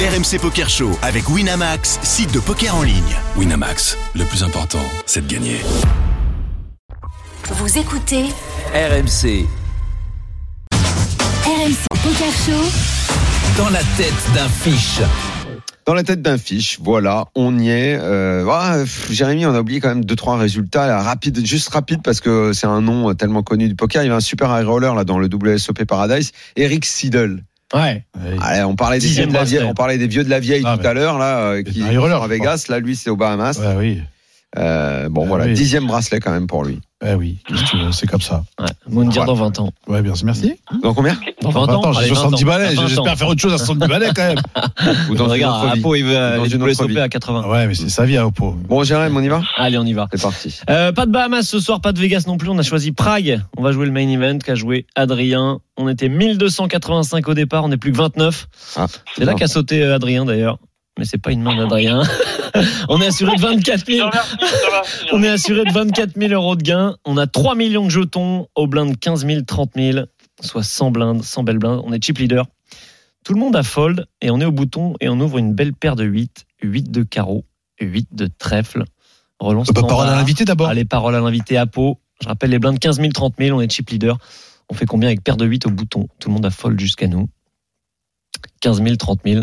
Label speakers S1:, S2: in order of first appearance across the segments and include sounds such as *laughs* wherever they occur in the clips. S1: RMC Poker Show avec Winamax, site de poker en ligne.
S2: Winamax, le plus important, c'est de gagner.
S3: Vous écoutez
S4: RMC,
S3: RMC Poker Show.
S4: dans la tête d'un fiche.
S5: Dans la tête d'un fiche, voilà, on y est. Euh, ah, pff, Jérémy, on a oublié quand même deux trois résultats là, rapide, juste rapide parce que c'est un nom tellement connu du poker. Il y avait un super high roller là dans le WSOP Paradise, Eric Siddle.
S6: Ouais.
S5: Allez, on parlait des vieux
S6: Dixième
S5: de la
S6: bracelet.
S5: vieille, on parlait des vieux de la vieille
S6: Ah,
S5: tout
S6: mais-
S5: à l'heure là, euh,
S6: C'est
S5: qui
S6: un high roller,
S5: sont à
S6: je
S5: Vegas. Là, lui, c'est aux Bahamas.
S6: Ouais, ah oui.
S5: Euh, bon,
S6: Ah,
S5: voilà,
S6: oui.
S5: dixième bracelet quand même pour lui.
S6: Ouais, Eh oui. Qu'est-ce que tu veux, C'est comme ça.
S7: Moundir
S5: Voilà.
S7: dans 20 ans.
S6: Ouais, bien, merci.
S5: Dans combien
S7: Dans 20
S6: Attends,
S7: ans,
S6: j'ai
S7: allez, 20
S6: 70
S7: ans.
S6: balais.
S7: Dans 20 ans.
S6: J'espère faire autre chose à 70 balais quand même.
S5: Ou dans une
S7: Regarde,
S5: autre vie
S7: Apo, il veut
S5: Dans
S7: aller
S5: une
S7: dans
S5: autre vie.
S7: à 80.
S6: Ouais, mais c'est sa vie hein, à Oppo.
S5: Bon, Jérémy, on y va
S7: Allez, on y va.
S5: C'est parti.
S7: Euh, pas de Bahamas ce soir, pas de Vegas non plus. On a choisi Prague. On va jouer le main event qu'a joué Adrien. On était 1285 au départ, on est plus que 29.
S5: Ah,
S7: c'est là qu'a sauté euh, Adrien d'ailleurs. Mais c'est pas une main d'Adrien. *laughs* on est assuré de 24 000. On est assuré de 24 000 euros de gains. On a 3 millions de jetons au blind 15 000, 30 000, soit 100 blindes, 100 belles blindes. On est chip leader. Tout le monde a fold et on est au bouton et on ouvre une belle paire de 8, 8 de carreau, 8 de trèfle. Relance
S6: Bah, parole à
S7: standard.
S6: l'invité d'abord.
S7: Allez, parole Ah, à l'invité à peau. Je rappelle les blindes 15 000, 30 000, on est chip leader. On fait combien avec paire de 8 au bouton Tout le monde a fold jusqu'à nous. 15 000, 30 000.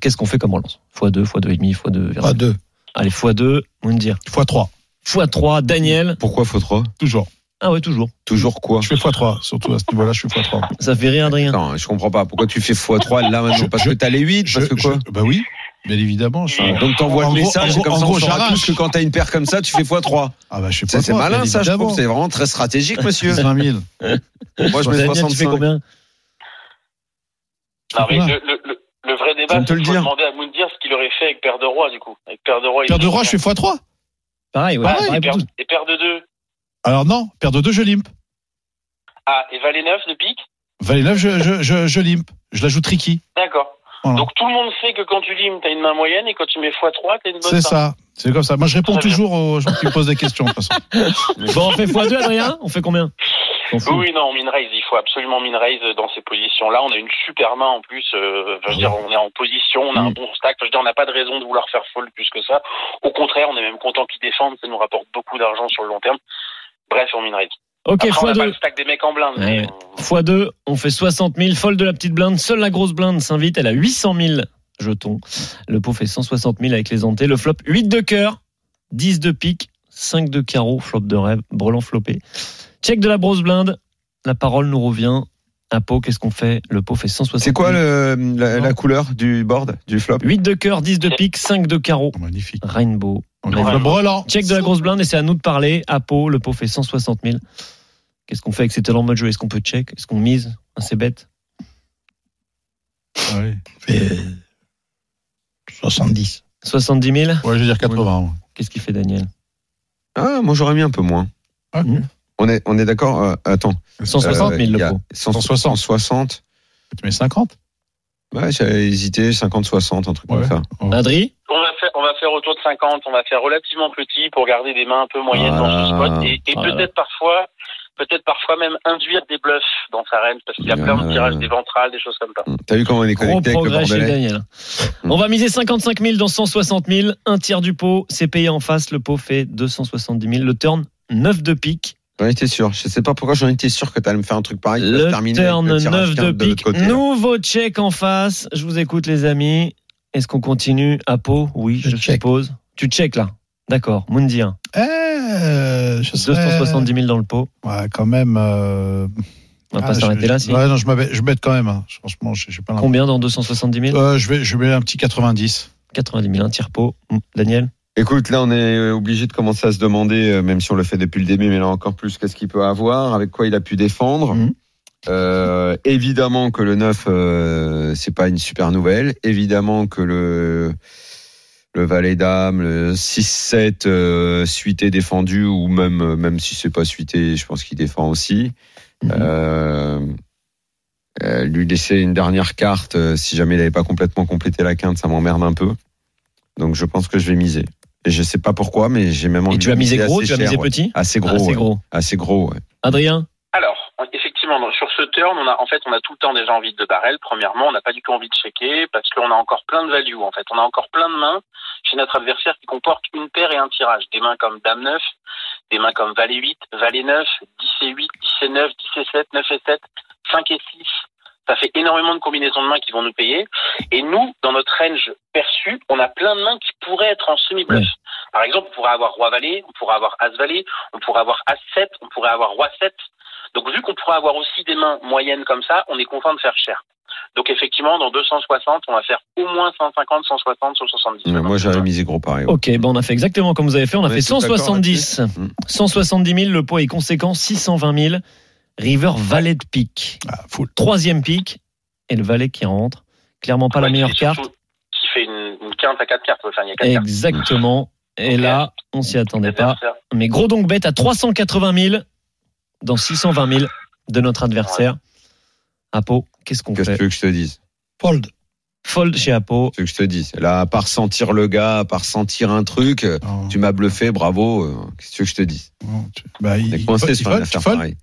S7: Qu'est-ce qu'on fait comme relance x2, x2,5, x2.
S6: Pas deux.
S7: Allez, x2, Moundir.
S6: Fois 3
S7: x3, Daniel.
S5: Pourquoi faut trois
S6: Toujours.
S7: Ah ouais, toujours.
S5: Toujours quoi
S6: Je fais fois 3 Surtout à ce niveau-là, je fais fois 3
S7: Ça fait rire, Adrien.
S5: Attends, je comprends pas. Pourquoi tu fais x3 là maintenant Parce que t'as les 8 Parce que quoi Ah,
S6: Bah oui. Bien évidemment. Je... fais-
S5: Donc t'envoies
S6: En
S5: le
S6: gros- en
S5: message et
S6: gros-
S5: comme
S6: en
S5: ça on
S6: gros,
S5: saura
S6: j'arrache.
S5: tous que quand t'as une paire comme ça, tu fais x3.
S6: Ah bah je fais
S5: C'est
S6: fois
S5: c'est
S6: trois,
S5: malin
S6: bien
S5: ça, je
S6: évidemment.
S5: trouve. C'est vraiment très stratégique,
S7: *laughs*
S5: monsieur.
S6: 20 000.
S5: Moi je mets
S7: Daniel, tu fais
S5: 65.
S7: combien
S8: Non, mais
S6: Voilà.
S8: le, le- le- le vrai
S5: Je
S8: débat,
S5: viens de te
S8: c'est
S5: le
S8: qu'il faut
S5: dire.
S8: demander à Moundir ce qu'il aurait fait avec Père de Roi, du coup. Avec Père de Roi, il-
S6: Paire de roi, je fais fois 3
S7: Pareil, ouais.
S8: Ah,
S7: pareil
S8: et,
S7: pour
S8: Père,
S7: tous.
S8: et Père de 2.
S6: Alors non, paire de 2, je limp.
S8: Ah, et Valet 9 de pique
S6: Valet 9, je, je, je, je limp. Je la joue tricky.
S8: D'accord.
S6: Voilà.
S8: Donc tout le monde sait que quand tu limes, t'as une main moyenne et quand tu mets x3, t'as une bonne
S6: C'est ça.
S8: main.
S6: C'est comme ça. Moi, je réponds
S8: Très bien.
S6: toujours aux gens qui me posent des questions. De toute façon.
S7: Bon, on fait x2, Adrien On fait combien On s'en fout.
S8: Oui, non, min raise, il faut absolument min raise dans ces positions-là. On a une super main en plus. euh, je veux dire, on est en position, on a un bon stack. Je veux dire, on n'a pas de raison de vouloir faire fold plus que ça. Au contraire, on est même content qu'ils défendent. Ça nous rapporte beaucoup d'argent sur le long terme. Bref, on min raise.
S7: Ok,
S8: Après, on n'a pas
S7: x2.
S8: le stack des mecs en blinde.
S7: Ouais.
S8: mais on-
S7: x2, on fait 60 000. Folle de la petite blinde. Seule la grosse blinde s'invite. Elle a 800 000 jetons. Le pot fait 160 000 avec les antés. Le flop, 8 de cœur, 10 de pique, 5 de carreau, flop de rêve, brelan flopé. Check de la grosse blinde. La parole nous revient. Un pot, qu'est-ce qu'on fait Le pot fait 160 000.
S5: C'est quoi le- la,
S7: Hein
S5: la couleur du board, du flop
S7: 8 de cœur, 10 de pique, 5 de carreau.
S6: Oh, magnifique.
S7: Rainbow.
S6: On
S7: Ouais.
S6: ouvre le brelan.
S7: Check de la grosse blinde et c'est à nous de parler. À peau, le pot fait 160 000. Qu'est-ce qu'on fait avec ces talents mode jeu Est-ce qu'on peut check Est-ce qu'on mise Ah, C'est bête.
S6: Ah oui.
S7: euh,
S9: 70.
S7: 70 000
S6: Ouais, je vais dire 80. moi.
S7: Qu'est-ce qu'il fait Daniel
S5: Ah, moi j'aurais mis un peu moins.
S6: Ok.
S7: Mmh.
S5: On est, on est d'accord euh, Attends.
S7: 160
S5: Euh,
S7: 000
S5: il y
S7: le
S5: a
S7: pot.
S5: 100
S6: 160.
S5: 160.
S7: Euh,
S6: Tu mets 50
S5: Ouais, j'avais hésité, 50-60, un truc
S6: Ouais.
S5: comme ça.
S7: Adri
S8: On va faire, on va faire autour de 50, on va faire relativement petit pour garder des mains un peu moyennes dans ce
S5: Voilà.
S8: spot et, et
S7: Voilà.
S8: peut-être parfois, peut-être parfois même induire des bluffs dans sa reine parce qu'il y a plein de
S5: Voilà.
S8: tirages des ventrales, des choses comme ça.
S5: Hum. T'as vu comment on est
S7: Gros
S5: connecté avec le
S7: progrès chez
S5: bordelais
S7: Daniel.
S5: Mmh.
S7: On va miser 55 000 dans 160 000. Un tiers du pot, c'est payé en face. Le pot fait 270 000. Le turn, 9 de pique.
S5: J'en étais sûr. Je sais pas pourquoi j'en étais sûr que t'allais me faire un truc pareil. qui va se
S7: Le
S5: terminer avec
S7: turn,
S5: le tirage
S7: 9
S5: quinte
S7: de
S5: l'autre
S7: pique.
S5: côté, là.
S7: Nouveau check en face. Je vous écoute les amis. Est-ce qu'on continue à peau Oui, je,
S9: Je check.
S7: suppose. Tu check là. D'accord, Mundia.
S6: Eh, je serais-
S7: 270 000 dans le pot.
S6: Ouais, quand même. euh,
S7: On va
S6: ah,
S7: pas
S6: je-
S7: s'arrêter là. Si.
S6: Ouais, non, je, m'avais- je bête quand même. hein. Franchement, je je sais pas l'impression.
S7: Combien dans 270 000
S6: Euh, je, vais, je mets un petit 90.
S7: 90 000, un tiers pot. Mm, Daniel
S5: Écoute, là, on est euh, obligé de commencer à se demander, euh, même si on le fait depuis le début, mais là encore plus, qu'est-ce qu'il peut avoir, avec quoi il a pu défendre.
S7: Mhm.
S5: Euh, évidemment que le 9, euh, c'est pas une super nouvelle. Évidemment que le, le valet dame, le 6-7 euh, suité défendu, ou même, euh, même si c'est pas suité, je pense qu'il défend aussi.
S7: Mhm.
S5: Euh, euh, lui laisser une dernière carte, euh, si jamais il n'avait pas complètement complété la quinte, ça m'emmerde un peu. Donc je pense que je vais miser. Et je sais pas pourquoi, mais j'ai même envie
S7: Et tu vas
S5: de
S7: miser gros,
S5: assez
S7: tu vas
S5: cher,
S7: miser
S5: ouais.
S7: petit
S5: Assez gros,
S7: Ah, C'est
S5: ouais.
S7: gros.
S5: Assez gros, ouais.
S7: Adrien
S8: Alors, effectivement, donc, sur ce turn, on a, en fait, on a tout le temps déjà envie de barrel. Premièrement, on n'a pas du tout envie de checker parce qu'on a encore plein de value, en fait. On a encore plein de mains chez notre adversaire qui comportent une paire et un tirage. Des mains comme Dame 9, des mains comme Valet 8, Valet 9, 10 et 8, 10 et 9, 10 et 7, 9 et 7, 5 et 6. Ça fait énormément de combinaisons de mains qui vont nous payer. Et nous, dans notre range perçu, on a plein de mains qui pourraient être en semi-bluff.
S7: Oui.
S8: Par exemple, on pourrait avoir Roi-Valet, on pourrait avoir As-Valet, on pourrait avoir As-7, on pourrait avoir Roi-7. Donc, vu qu'on pourrait avoir aussi des mains moyennes comme ça, on est content de faire cher. Donc, effectivement, dans 260, on va faire au moins 150, 160, 170.
S5: Mais Moi, j'avais misé gros pareil. ouais.
S7: Ok, ben on a fait exactement comme vous avez fait. On a
S5: On est
S7: fait
S5: tous d'accord
S7: 170,
S5: là-dessus. Mm.
S7: 170 000. Le poids est conséquent, 620 000. River Valet de pique.
S6: Ah, full.
S7: Troisième pique et le Valet qui rentre. Clairement pas la
S8: Ouais,
S7: meilleure
S8: et surtout,
S7: carte.
S8: Qui fait une, une quinte à 4 cartes. Enfin, il y a quatre cartes.
S7: Exactement. Et
S8: Ok.
S7: là, on s'y attendait pas.
S8: L'adversaire,
S7: Mais gros donc bête à 380 000 dans 620 000 de notre adversaire. Apo, qu'est-ce qu'on
S5: Qu'est-ce que
S7: fait
S5: tu veux que je te dise
S6: Fold.
S7: Fold chez Apo.
S5: Tu veux que je te dise Là, à part sentir le gars, à part sentir un truc, euh,
S6: Non,
S5: tu m'as bluffé, bravo. euh, Qu'est-ce que tu veux que je te dise
S6: non, tu- Bah, il,
S5: T'es
S6: il
S5: coincé
S6: fold,
S5: sur
S6: il
S5: une
S6: fold, tu
S5: affaire
S6: fold.
S5: pareille.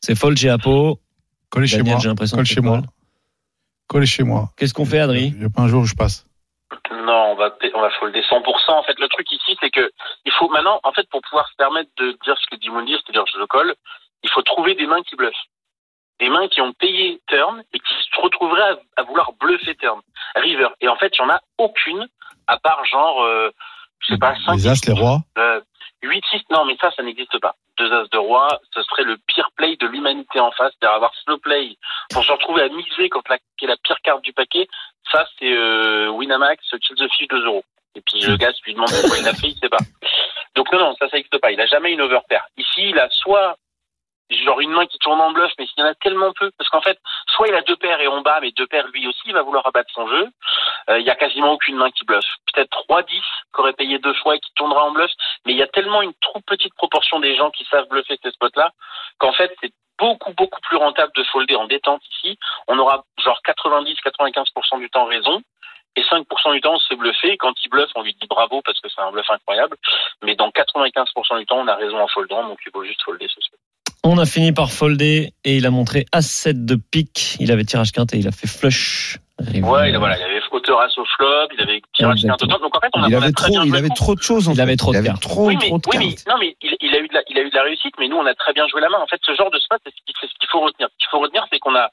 S7: C'est Fold chez Apo.
S6: Collez chez
S7: Daniel,
S6: moi.
S7: j'ai l'impression
S6: Colle
S7: que c'est
S6: chez moi.
S7: fold.
S6: Collez chez moi.
S7: Qu'est-ce qu'on fait, Adri
S6: Il n'y a pas un jour où je passe.
S8: Non, on va, on va folder 100%. En fait, le truc ici, c'est que il faut maintenant, en fait, pour pouvoir se permettre de dire ce que Dimoun dit, c'est-à-dire je le colle, il faut trouver des mains qui bluffent. Des mains qui ont payé turn et qui se retrouveraient à, à vouloir bluffer turn. River. Et en fait, il n'y en a aucune, à part genre, euh, je sais pas, 5
S6: Les As, les Rois.
S8: euh, 8-6, non, mais ça, ça n'existe pas. Deux as de roi, ce serait le pire play de l'humanité en face, c'est-à-dire avoir slow play pour se retrouver à miser contre la, qui est la pire carte du paquet. Ça, c'est euh, Winamax, kill the fish 2 euros. Et puis le gars, si tu lui demandes pourquoi il l'a fait, il sait pas. Donc non, non, ça, ça n'existe pas. Il a jamais une overpair. Ici, il a soit genre une main qui tourne en bluff, mais il y en a tellement peu, parce qu'en fait, soit il a deux paires et on bat, mais deux paires, lui aussi, il va vouloir abattre son jeu. Euh, Il y a quasiment aucune main qui bluffe. Peut-être 3-10 qui aurait payé deux fois et qui tournera en bluff. Mais il y a tellement une trop petite proportion des gens qui savent bluffer ces spots-là qu'en fait, c'est beaucoup, beaucoup plus rentable de folder en détente ici. On aura genre 90-95% du temps raison. Et 5% du temps, on se fait bluffer. Quand il bluffe, on lui dit bravo parce que c'est un bluff incroyable. Mais dans 95% du temps, on a raison en foldant. Donc, il faut juste folder ce spot.
S7: On a fini par folder et il a montré As-7 de pique. Il avait tirage quinte et il a fait flush. River.
S8: Ouais, il, a- voilà, il avait hauteur à au flop, il avait tirage
S7: Exactement.
S8: quinte au top. Donc, en fait, on a,
S5: Il
S8: Ah, on a
S5: avait
S8: très
S5: trop,
S8: bien
S5: il
S8: joué
S5: avait
S8: le coup.
S5: trop de choses. en
S7: Il
S5: fait.
S7: avait trop de
S5: Il avait
S7: cartes.
S5: trop,
S8: oui, mais,
S5: trop de
S8: oui, mais-
S5: cartes.
S8: non, mais il, il a eu de la, il a eu de la réussite, mais nous, on a très bien joué la main. En fait, ce genre de spot, c'est ce qui- c'est ce qu'il faut retenir. Ce qu'il faut retenir, c'est qu'on a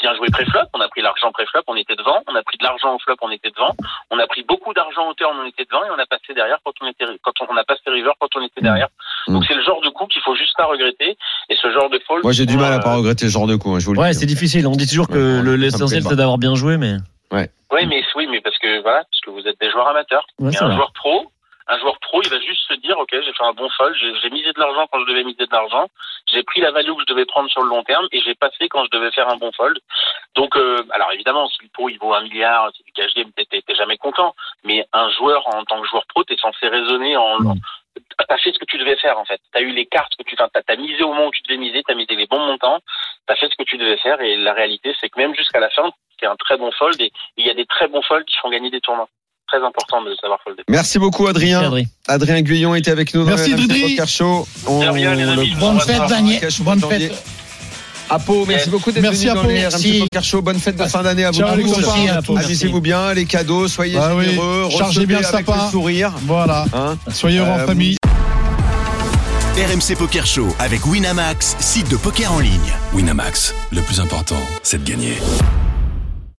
S8: bien joué préflop, on a pris l'argent préflop, on était devant, on a pris de l'argent au flop, on était devant, on a pris beaucoup d'argent au turn, on était devant, et on a passé derrière quand on était, quand on, on a passé river quand on
S5: Mm.
S8: était derrière. Donc, c'est le genre de coup qu'il faut juste pas regretter, et ce genre de fold.
S5: Moi, j'ai du mal à
S8: euh,
S5: pas regretter ce genre de coup. hein, je vous le
S7: Ouais,
S5: dis.
S7: c'est difficile. On dit toujours
S5: Ouais,
S7: que
S5: ouais,
S7: le-
S5: ça me
S7: l'essentiel,
S5: plaît pas.
S7: c'est d'avoir bien joué, mais.
S8: Oui, mais, oui, mais parce que, voilà, parce que vous êtes des joueurs amateurs.
S7: Ouais,
S8: Mais
S7: ça
S8: un
S7: va.
S8: joueur pro, un joueur pro, il va juste se dire, ok, j'ai fait un bon fold, j'ai j'ai misé de l'argent quand je devais miser de l'argent, j'ai pris la value que je devais prendre sur le long terme et j'ai passé quand je devais faire un bon fold. Donc, euh, alors évidemment, si le pro il vaut un milliard, si tu cash game, t'es- t'es t'es jamais content. Mais un joueur en tant que joueur pro, t'es censé raisonner en
S7: Mm.
S8: T'as fait ce que tu devais faire en fait. T'as eu les cartes que tu enfin, t'as t'as misé au moment où tu devais miser, t'as misé les bons montants, t'as fait ce que tu devais faire et la réalité c'est que même jusqu'à la fin, c'est un très bon fold et il y a des très bons folds qui font gagner des tournois. Très important de savoir folder.
S5: Merci beaucoup,
S7: Merci,
S5: Adrien.
S7: Adrien.
S5: Adrien Guyon était avec nous dans
S6: Merci,
S5: le RMC
S6: Dridri.
S5: Poker Show. On
S8: De rien, les
S5: le
S8: amis.
S5: prend
S8: Bonne
S5: ce
S8: fête,
S5: soir,
S6: Daniel.
S5: Marrakech,
S6: Bonne
S5: janvier.
S6: fête.
S5: Apo, merci
S8: Yes.
S5: beaucoup d'être
S6: Merci,
S5: venu dans
S6: Apo.
S5: le
S6: Merci.
S5: RMC Poker Show. Bonne fête de fin d'année à vous.
S6: Ciao,
S5: tous.
S6: les copains.
S7: à tous.
S5: Amusez-vous bien, les cadeaux, soyez
S6: Bah oui.
S5: généreux,
S6: Chargez
S5: recevez
S6: bien le
S5: avec
S6: sapin.
S5: le sourire.
S6: Voilà.
S5: Hein
S6: Soyez heureux
S5: Euh,
S6: en famille.
S1: RMC Poker Show avec Winamax, site de poker en ligne.
S2: Winamax, le plus important, c'est de gagner.